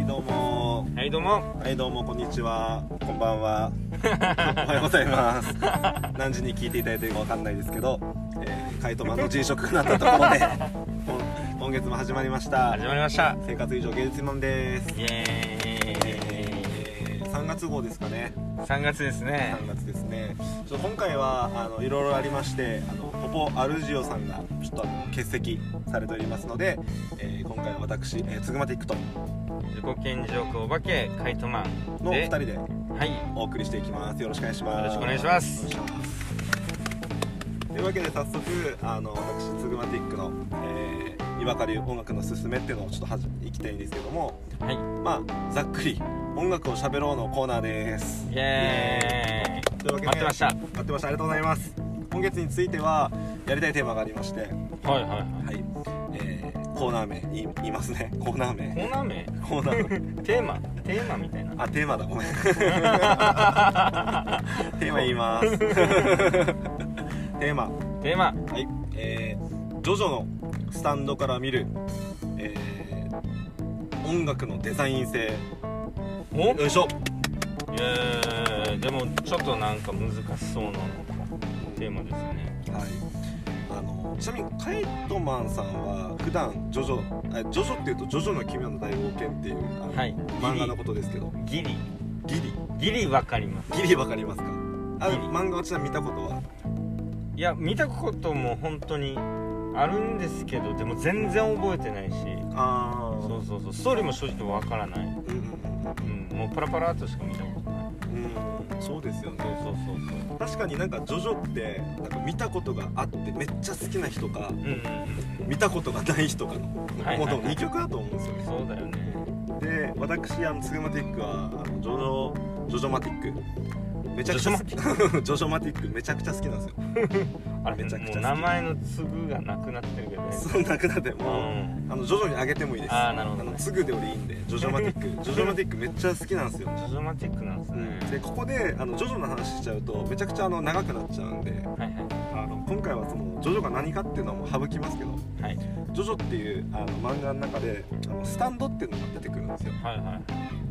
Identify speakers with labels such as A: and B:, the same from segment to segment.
A: はいどうも
B: はいどうもこんにちはこんばんはおはようございます何時に聞いていただいてるかわかんないですけど、えー、カイトマンの人食がなったところで 今今月も始まりました
A: 始まりました
B: 生活以上芸術マンです、
A: イエー
B: えー、3月号ですかね
A: イ3月ですね
B: 3月ですねちょっと今回はあのいろいろありましてあのポポアルジオさんがちょっとあの欠席されておりますので、えー、今回は私、えー、つぐまティックと
A: 自己顕示欲お化けカイトマン
B: の2
A: で
B: 人で
A: はいよ
B: お送りしていきますよろしくお願いします
A: ろしくお願いします
B: というわけで早速あの私つぐまティックのえー「今から言う音楽のすすめ」っていうのをちょっとはじいきたいんですけども
A: はい
B: まあざっくり「音楽をしゃべろう」のコーナーです
A: イエ
B: というわ
A: ーイ
B: けで
A: 待ってましたは
B: 待ってましたありがとうございます今月についてはやりたいテーマがありまして
A: いはいはい
B: はい、えー、コーナー名言い言いますねコーナー
A: コ
B: 名
A: ーナー名
B: コーナー名
A: テーマテーマみたいな
B: あテーマだごめんテ ーマ言います テーマ
A: テーマ
B: はい、えー、ジョジョのスタンドから見る、えー音楽のデザイン性
A: お
B: よいしょ
A: えー、でもちょっとなんか難しそうなテーマですね
B: はいあのちなみにカイトマンさんは普段ジョジョあジョジョっていうと「ジョジョの奇妙な大冒険」っていうあの、
A: はい
B: 漫画のことですけど
A: ギリ
B: ギリ
A: ギリわかります
B: ギリわかりますかあ
A: ギリ
B: 漫画はちなみに見たことはい
A: や見たことも本当にあるんですけどでも全然覚えてないし
B: ああ
A: そうそうそうストーリーも正直わからない、
B: うんう
A: うん、もうパラパラっとしか見たことない
B: んうん、うん、そうですよ
A: そう
B: ね
A: そうそうそう
B: 確かになんかジョジョってなんか見たことがあってめっちゃ好きな人か
A: うんうんうん
B: 見たことがない人かのも
A: はいはいう
B: 2曲だと思うんですよね
A: そうだよね
B: で私あのスグマティックはあのジョジョジョジョマティックめちゃくちゃ好き
A: ジ
B: ジョ ジョマティックめちゃくちゃ好きなんですよ
A: あれ
B: めちゃくちゃ好き
A: もう名前の粒がなくなってるけどね
B: そんなくなって
A: う
B: も
A: ん
B: うあのジョジョにあげてもいいです
A: ああなるほ
B: あ
A: ど
B: の
A: ね
B: すぐでよりいいんでジョジョマティ ックジョジョマティックめっちゃ好きなんですよ
A: ジョジョマティックなんです
B: で
A: ね
B: ここであのジョジョの話しちゃうとめちゃくちゃあの長くなっちゃうんで
A: はいは
B: あの今回はそのジョジョが何かっていうのはもう省きますけど
A: いはい
B: ジョジョっていうあの漫画の中であのスタンドっていうのが出てくるんですよ
A: はいはい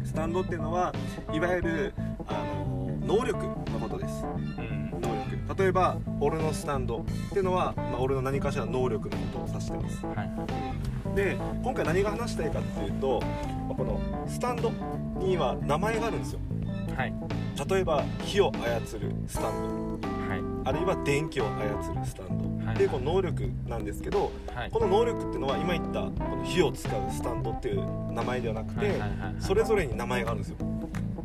B: スタンドっていうのはいわゆるあの能力のことです
A: うん
B: 能力例えば俺のスタンドっていうのは、まあ、俺の何かしらの能力のことを指してます
A: はい
B: で今回何が話したいかっていうと、まあこのスタンドには名前があるんですよ
A: はい
B: 例えば火を操るスタン
A: はい
B: ドあるいは電気を操るスタンド
A: はい
B: っていうこの能力なんですけど
A: はい
B: この能力っていうのは今言ったこの火を使うスタンドっていう名前ではなく
A: はいは
B: て
A: いはいはい
B: それぞれに名前があるんですよ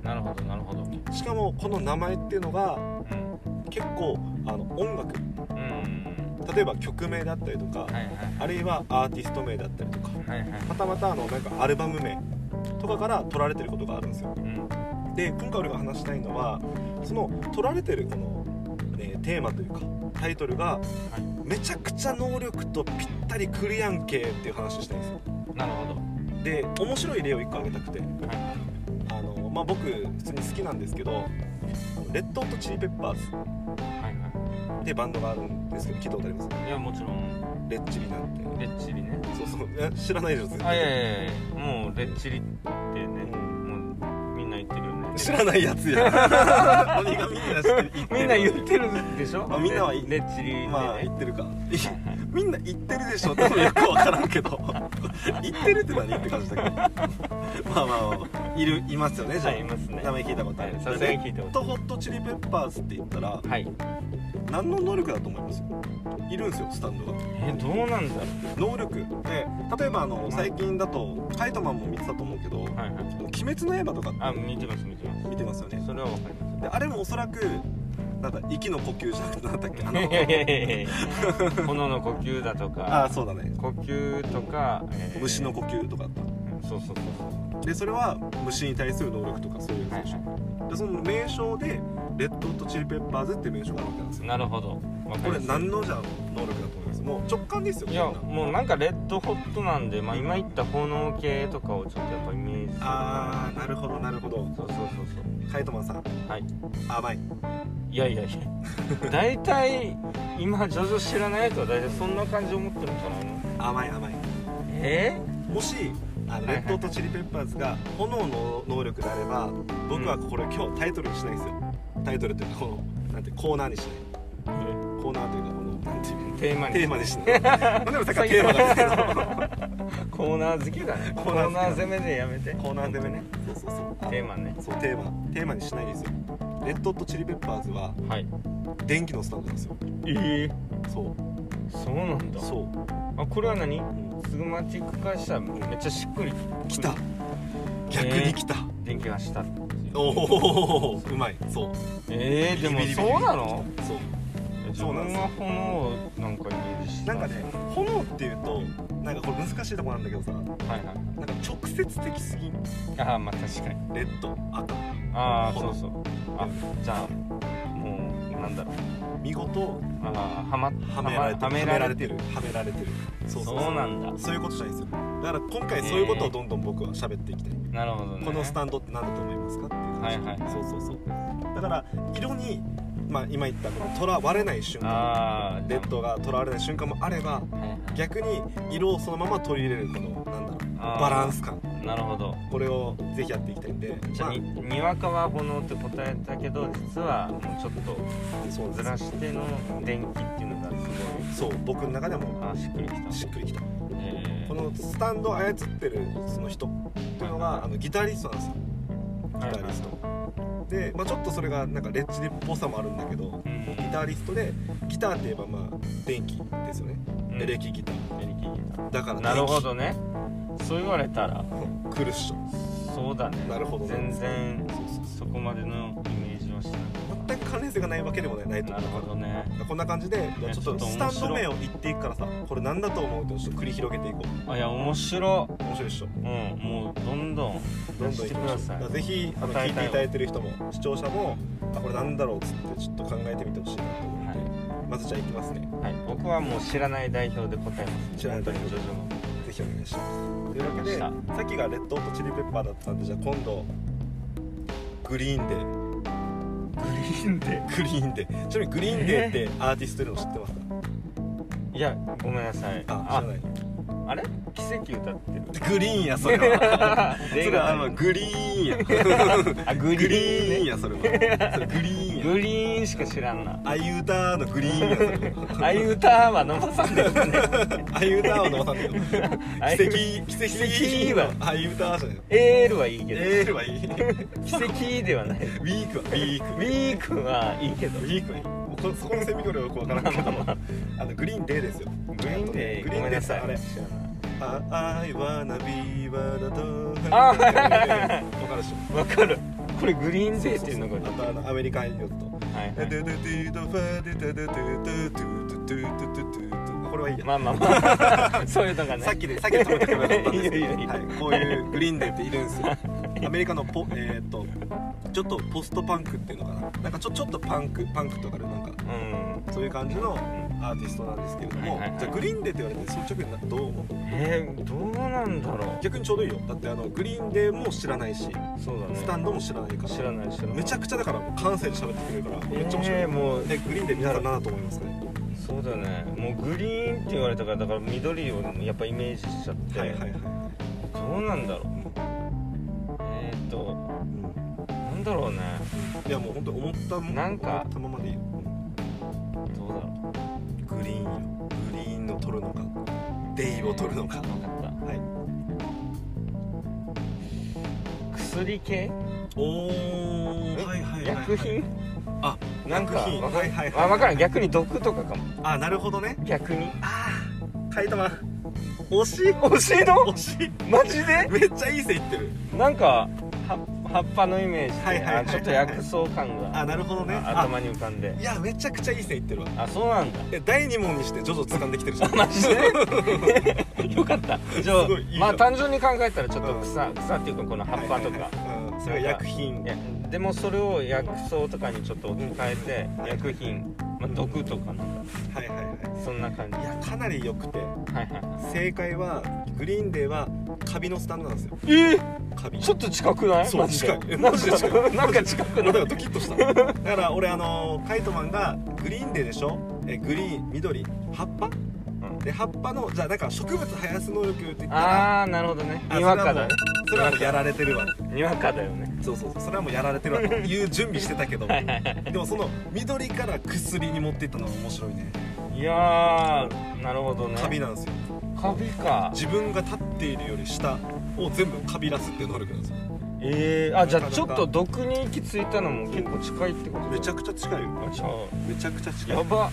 A: なるほどなるほどう
B: しかもこの名前っていうのが
A: ん
B: 結構あの音楽
A: うん
B: 例えば曲名だったりとか、
A: はいはい
B: あるいはアーティスト名だったりとか
A: はいはい
B: はたまたあのなんかアルバム名とかから取られてることがあるんですよ
A: うん
B: で今回俺が話したいのはその取られてるこの、えーテーマというかタイトルがめちゃくちゃ能力とぴったりクリアン系っていう話をしたいんですよ
A: なるほ
B: で面白い例を1個挙げたくて
A: どは
B: あの、まあ、僕普通に好きなんですけどあのレッドホットチリペッパーズ
A: いはいは
B: ってバンドがあるんですけど聞いたことあります
A: いいやもちろん
B: レッチリなんて
A: レッチリね
B: そうそういや知らないでしょ絶対
A: あいやいやいやもうレッチリってねもうみんな言ってるよね
B: 知らないやつや何がみんな知ってる
A: みんな言ってるでしょ
B: あみんなは
A: レレッチリってね、
B: まあ言ってるかみんな言ってるでしょってよく分からんけど言ってるって何って感じだけどまあまあまあいるいますよねじゃあ、
A: はいいますね
B: 名前聞いたことある
A: はいさすがに聞いた
B: レ
A: こ
B: ッ
A: と
B: ドホットチリペッパーズって言ったら
A: はい
B: 何の能力だと思いますいるんですよスタンドが
A: えどうなんだろ
B: 能力で例えばあの最近だとカイトマンも見てたと思うけど
A: うはいは
B: 「
A: い
B: 鬼滅の刃」とか
A: あ
B: って
A: 見てます見てま
B: 見てますよね
A: すそれはわかりま
B: であれもおそらくなんだ息の呼吸じゃなくてなんだっけあの
A: すい やいやいやいや炎の呼吸だと
B: あ
A: か
B: あそうだね
A: 呼吸とか、えー
B: 虫の呼吸とか
A: そうそうそうそ
B: でそれは虫に対する能力とかそういう
A: うは
B: やつ
A: い
B: でしょ、
A: は
B: でその名称でレッドホットチリペッパーズって名称があるわけなんです
A: い
B: よ
A: なるほどわか
B: これ
A: りま
B: 何のじゃあ能力だと思いますもう直感ですよ
A: すいや
B: みんな
A: もうなんかレッドホットなんで、まあ、今言った炎系とかをちょっとやっぱイメージする
B: ああなるほどなるほど
A: そうそうそうそう
B: カイトマンさん
A: はい
B: 甘い
A: いやいやいや大体今ジョジョ知らないやつは大体そんな感じ思ってるんじゃないの
B: 甘い甘い
A: え
B: もしあの
A: は
B: レ
A: いはい
B: ッドとチリペッパーズが炎の能力であれば僕はこれ今日タイトルにしないんですよタイトルというかこのなんてコーナーにしないコーナーというかこのなんていう
A: テーマに
B: テーマにしないまあでもさっきはテーマだったけ
A: コーナー好きだね
B: コ
A: コ
B: ーナー好
A: ー
B: き
A: ナー攻めでやめて
B: どコーナーでもねそうそうそう
A: テーマね
B: そうテーマテーマにしないんですよレッドとチリペッパーズは
A: はい
B: 電気のスタンドなんですよ
A: ええ
B: そう
A: そうなんだ
B: そ
A: あこれは何
B: う
A: スグマティック化したらめっちゃしっくり
B: 来た逆に来た、
A: 電気がしたっていう
B: おおうまいそう
A: えー、でも
B: ビリビリビリ
A: そうなの
B: そう
A: 自
B: そうなん
A: 分
B: です
A: は炎なんかイメージして
B: なんかね炎っていうとなんかこれ難しいとこなんだけどさなんか
A: はいはい
B: 直接的すぎん
A: ああまあ確かに
B: レッド赤
A: ああそ
B: 炎
A: うそうあじゃあもうなんだろう
B: 見事
A: ああはま
B: はめられてる
A: は
B: は
A: め
B: めら
A: ら
B: れ
A: れて
B: てるはめられてるそうそう
A: そ
B: そうう
A: なんだ
B: そういうことじゃないんですよだから今回そういうことをどんどん僕は喋っていきたい、
A: なるほどね
B: このスタンドって何だと思いますかっていう話、
A: はいはいはい
B: そうそうそうだから色に、まあ、今言ったこのとらわれない瞬間
A: ああ
B: レッドがとらわれない瞬間もあれば
A: はいはい
B: 逆に色をそのまま取り入れるこのなんだろう
A: あー
B: バランス感
A: なるほど
B: これをぜひやっていきたいんで
A: じゃあににわかは炎って答えたけど実はもうちょっと
B: まあそう
A: ずらしての電気っていうのがす
B: そう僕の中でも
A: ごいあしっくりきた
B: しっくりきた
A: え
B: このスタンドを操ってるその人っていうのがあのギタリストなんですよ
A: ー
B: ギタリストで、まあ、ちょっとそれがなんかレッチリっぽさもあるんだけどギタリストでギターっていえばまあ電気ですよね
A: うん
B: エレキギター
A: エレキギタ
B: だから電気
A: ーなるほどねそう言われたら
B: クルッション
A: そうだね
B: なるほどね
A: 全然そこまでのイメージはしなかっ
B: 全く関連性がないわけでもないない
A: た
B: と
A: なる
B: 思う
A: ほどね
B: こんな感じでじゃあ
A: や
B: ちょっと
A: ちょっ
B: ス
A: と
B: タ
A: 面白い
B: ンド名を言っていくからさこれなんだと思うってちょっと繰り広げていこう
A: あいや面白い
B: 面白いっしょ
A: うんもうどんどん
B: ど
A: 出
B: んどん
A: し
B: い
A: て
B: き
A: く
B: ましょ
A: だ
B: う
A: さ
B: だ
A: い
B: からぜひあの
A: 答
B: 聞
A: え
B: い
A: た
B: て
A: い
B: いただいてる人も視聴者もあこれなんだろうっつってちょっと考えてみてほしいなと思って、まずじゃあいきますね
A: はい僕はもう知らない代表で答えます
B: 知らない代表
A: 徐々に
B: ぜひお願いしますというわけで
A: わ
B: さ
A: かり
B: っきがレッドとチリペッパーだったんでじゃあ今度グリーンデー
A: グリーンで
B: グリーンデーちなみにグリーンデーってアーティストいるの知ってますか
A: いやごめんなさい
B: あ知らない
A: ああれ奇跡歌って る
B: グリーンやそれ はそ
A: 例
B: れ
A: が
B: はあ
A: あ
B: の
A: る
B: グリーンやグ
A: あグリ
B: リーン
A: ーンね
B: やそれはそれグリーンや
A: グリーンしか知らんな
B: あいう歌のグリーンやそれ は
A: あいう歌は野間さんだよね
B: あいう歌は飲まさんだけど
A: あいう
B: 奇跡奇跡
A: 奇跡は
B: ああいう歌じゃない
A: エールはいいけど、
B: エールはいいウィ
A: 奇跡ではない ウ
B: ークはウィーク
A: ィークはいいけど
B: ウィークはいいもうこそこのセミコルはよくわからんけどあのグリーンデーですよ
A: グリーン
B: え
A: で
B: っとねグ
A: ご
B: リー
A: め
B: ンデ
A: ん
B: ー
A: な
B: さ
A: さい
B: あれあ I wanna be what I do
A: あ
B: わかるでしょ
A: わかるこれグリーンデーっていうのが
B: あとあのアメリカンヨット
A: はいはい
B: これはいいや
A: まあまあま あそういうのがね
B: さっきでさっきで止めてくれなかったんですけど
A: いやいやいや
B: はい、こういうグリーンデーっているんですよアメリカのポえー、っとちょっとポストパンクっていうのかななんかちょちょっとパンクパンクとかでなんか
A: うん
B: そういう感じのアーティストなんですけれども、
A: はいはいはい
B: じゃあグリーンデーって言われて率直になどう思う
A: えー、どうなんだろ
B: 逆にちょうどいいよだってあのグリーンデーも知らないし
A: うそうだね
B: スタンドも知らないから
A: 知らない知らない
B: めちゃくちゃだからもう感性で喋ってくれるからめっちゃ面白い、
A: えーもう
B: でグリーンデー見たら何だと思いますかね
A: そうだねもうグリーンって言われたからだから緑をやっぱイメージしちゃって、
B: はいはいはい、
A: どうなんだろうえー、っと
B: うん
A: なんだろうね
B: いやもう本当に思ったも
A: なんか
B: 思ったままでいいよ
A: どうだろ
B: グリーンよグリーンを取るのかデイを取るのか
A: う分かっ
B: はい
A: た薬系
B: おおはいはいはい、はい、
A: 薬品
B: あ
A: なんか
B: 薬品
A: わかん
B: はいはいはい
A: あ分からん逆に毒とかかも
B: あなるほどね
A: 逆に
B: ああカイトマン惜しい
A: 惜しいの
B: 惜しい
A: マジで
B: めっちゃいい線いってる
A: なんかは葉っぱのイメージで、
B: はいはいはいはい
A: あちょっと薬草感が
B: あなるほどね
A: あ頭に浮かんで
B: あいやめちゃくちゃいい線いってるわ
A: あそう なんだ
B: え第2問にして徐々に掴んできてるじゃん
A: マジ でよかったじゃあ
B: すごいいいじゃん
A: まあ単純に考えたらちょっ
B: う
A: と
B: ん
A: 草、草っていうかこの葉っぱとか、
B: はいはいはいうんそれが薬
A: い
B: 品
A: やでもそれを薬草とかにちょっと置き換えて、
B: うん
A: 薬品、まあ、毒とかなんか
B: はいはいはい
A: そんな感じ
B: いやかなり良くて
A: はいはいは
B: 正解はグリーンデーはカビのスタンドなんですよ
A: いえ
B: カビ
A: ちょっと近くない
B: そう
A: マジで
B: 近い マジで近い
A: なんか近く
B: 俺だ
A: ない
B: からドキッとしただから俺あのカイトマンがグリーンデーでしょえグリーン緑葉っぱ
A: うん
B: で葉っぱのじゃあなんか植物生やす能力って言ったら
A: ああなるほどね
B: あ
A: にわかだね
B: それはもうそれはもうやられてるわ
A: にわかだよね
B: そうそうそうそれはもうやられてるわ という準備してたけど
A: はいはいはい
B: でもその緑から薬に持っていったのが面白いね
A: いやーなるほどね
B: カビなんですよ
A: カビか
B: 自分が立っているより下を全部カビらすっていう能力なんですよ
A: えー、あじゃあちょっと毒に行き着いたのも結構近いってこと
B: めちゃくちゃ近いよ
A: じゃあ
B: めちゃくちゃ近い
A: やば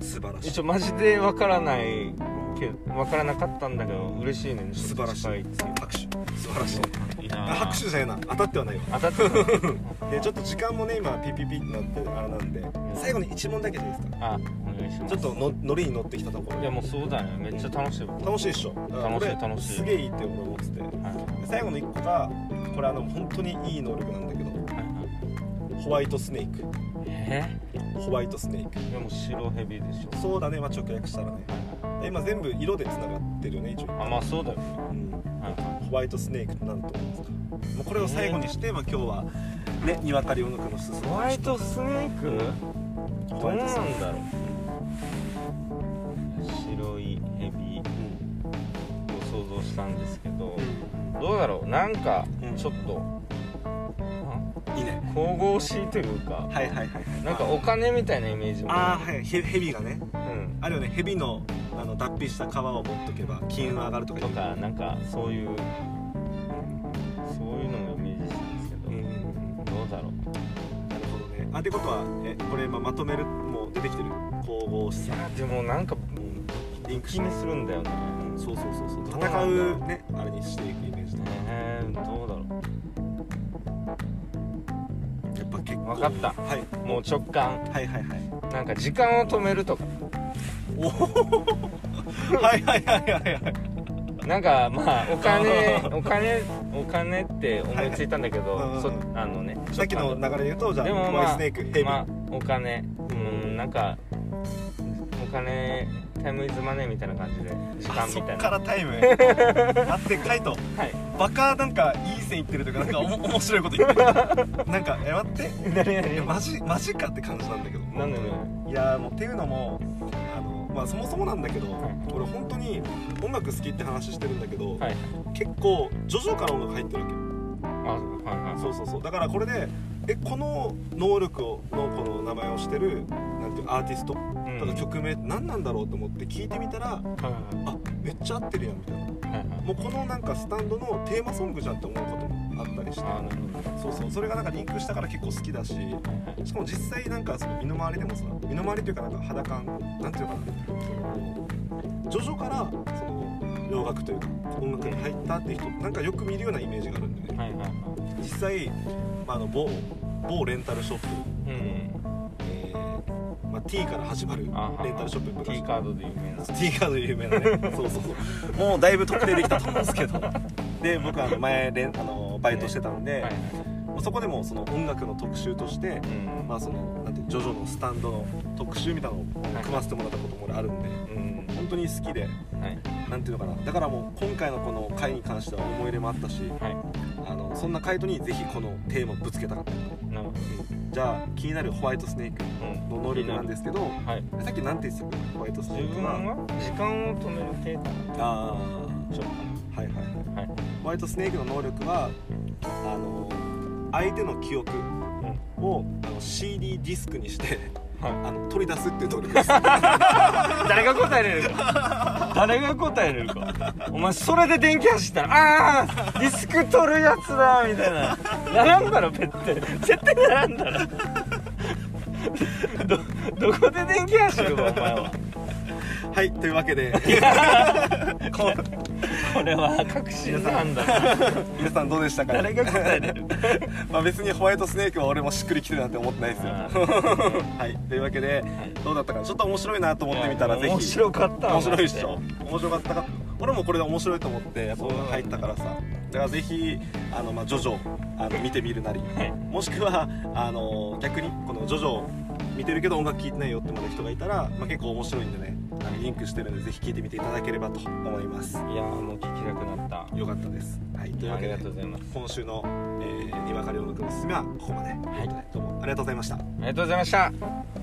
B: 素晴らしい
A: 一応マジでわからないけわからなかったんだけど嬉しいね
B: 素晴らしい
A: 近ってう
B: 拍手素晴らしい
A: いいな
B: あ
A: あ
B: 拍手じゃないな当たってはないわ
A: 当たってた
B: でちょっと時間もね今ピピピってなってあれなんで最後に1問だけでいいですか
A: あお願いします
B: ちょっとの乗りに乗ってきたとこ
A: い
B: ろ
A: やもうそうだねめっちゃ楽しいわ
B: 楽しいっしょだから
A: 楽しい
B: これ
A: 楽しい
B: すげえいいって俺思っててで
A: はいは
B: 最後の1個がこれあの本当にいい能力なんだけど
A: いはい
B: ホワイトスネーク
A: え
B: ホワイトスネーク
A: でも白ヘビでしょ
B: そうだねまあ直訳したらねで今全部色でつながってるよね一応、
A: あまあそうだよね
B: うん
A: はいは
B: ホワイトスネークって何と思いますかもうこれを最後にして、まあ、今日はねにわかり音楽のすす
A: いホワイトスネークど
B: ホ
A: う
B: ワイ
A: な
B: トスネー
A: んだろう白いヘビ
B: ク
A: を想像したんですけど
B: うん
A: どうだろうなんか
B: うん
A: ちょっと、
B: いいね
A: あ神々しいというか
B: はいはいはいはい
A: なんかお金みたいなイメージも
B: ああはいヘヘビがね
A: うん
B: あるよねヘビのあの脱皮した皮を持っとけば金運上がるとか
A: とかなんかそういう、うんそういうのもイメージしたんですけど、
B: うんうんうんなる
A: どうだろう
B: ほどねあってことはえこれままとめるもう出てきてる神々し
A: い
B: さ
A: やでもなんか
B: リンクし
A: 気
B: て
A: にするんだよね
B: そうそうそうそう
A: どうなんだ
B: 戦うねあれにしていくイメージだ
A: えー、どうだろ
B: やっぱ結構
A: わかった
B: はいう
A: もう直感
B: はいはいはい
A: なんか時間を止めるとか
B: おおはいはいはいはいはい
A: なんかまあお 金
B: あー
A: お金お金って思いついたんだけど、
B: はいはいうんうん
A: そあのね
B: さっきの流れで言うとじゃあ
A: でも
B: ホワイ
A: ま
B: ト
A: あ
B: スネークヘビ、
A: まあお金うんなんかお金タイムイズマネーみたいな感じで時間
B: あそ
A: みた
B: っ
A: い
B: か
A: な
B: らタイ ムあってカイト
A: はい
B: バカなんかいい線いってるとかなんかおも 面白いこと言ってるなんかえ待って
A: 何
B: いや
A: 何
B: マジマジかって感じなんだけど
A: 何何
B: いやーもうっていうのもあのまあそもそもなんだけど
A: はい
B: 俺本当に音楽好きって話してるんだけど、
A: はい
B: 結構ジョジョから音楽入ってるわけよ
A: あはいはい
B: そうそうそうだからこれでえこの能力をのこの名前をしてるなんていうアーティスト
A: うん
B: とか曲名何なんだろうと思って聞いてみたら
A: はい
B: あめっちゃ合ってるやんみたいな
A: はいはいはい
B: もうこのなんかスタンドのテーマソングじゃんって思うこともあったりして
A: あなるほど
B: そうそうそれがなんかリンクしたから結構好きだししかも実際なんかその身の回りでもさ身の回りというかなんか肌感なんていうのかなその徐々からその洋楽というか音楽に入ったっていう人なんかよく見るようなイメージがあるんでね
A: はいはいはい
B: 実際、まあ、あの某某レンタルショップ、
A: うん
B: えーまあ、T から始まるレン
A: あはは
B: タルショップ
A: T カードで有名な
B: T カード有名な ねそうそうそうもうだいぶ特定できたと思うんですけどで僕あの前レンあのバイトしてたんで、
A: はいはい
B: まあそこでもその音楽の特集として、
A: うん
B: まあそのなんてジョジョのスタンドの特集みたいなのを組ませてもらったことも俺あるんで
A: うん
B: 本当に好きで
A: はい
B: なんていうのかなだからもう今回のこの回に関しては思い入れもあったし
A: は
B: あのそんな回答にぜひこのテーマをぶつけたかった
A: いなるほ
B: じゃあ気になるホワイトスネーク
A: どうん
B: の能力なんですけど
A: はい
B: さっきなんて言ってたかホワイトスネ
A: 自
B: ーク
A: 分
B: は
A: は時間を止める系かな
B: あ
A: ちょっ
B: あはいはいはい
A: とはい
B: ホワイトスネークの能力はあの相手の記憶をあの CD ディスクにして
A: はい
B: あの取り出すっていう能力 です
A: 誰が答えれるか 誰が答えれるかお前それで電気走ったらああディスク取るやつだみたいな並んだろペッて絶対並んだろどどこで電気走るかお前は
B: はいというわけ でこ
A: これは確信なんだ
B: 皆さんどうでしたか、
A: 誰が答えれる
B: まあ別にホワイトスネークは俺もしっくりきてるなんて思ってないですよ
A: あ
B: はいというわけでどうだったかなちょっと面白いなと思ってみたらぜひ
A: 面白かった
B: 面白いっしょ面白かったか俺もこれで面白いと思ってやっぱ入ったからさだからぜひあの、まあ、ジョジョあの見てみるなり
A: はい
B: もしくはあの逆にこのジョジョ見てるけど音楽聴いてないよってまだ人がいたら、まあ、結構面白いんでねあのリンクしてるんでぜひ聴いてみていただければと思います
A: いやーもう聞きなくなった
B: よかったですはいというわ
A: あ
B: け
A: り
B: で
A: がとうございます
B: 今週の、えー、にわかり音楽のすすめはここまで、
A: い
B: ということでどうもありがとうございました
A: ありがとうございました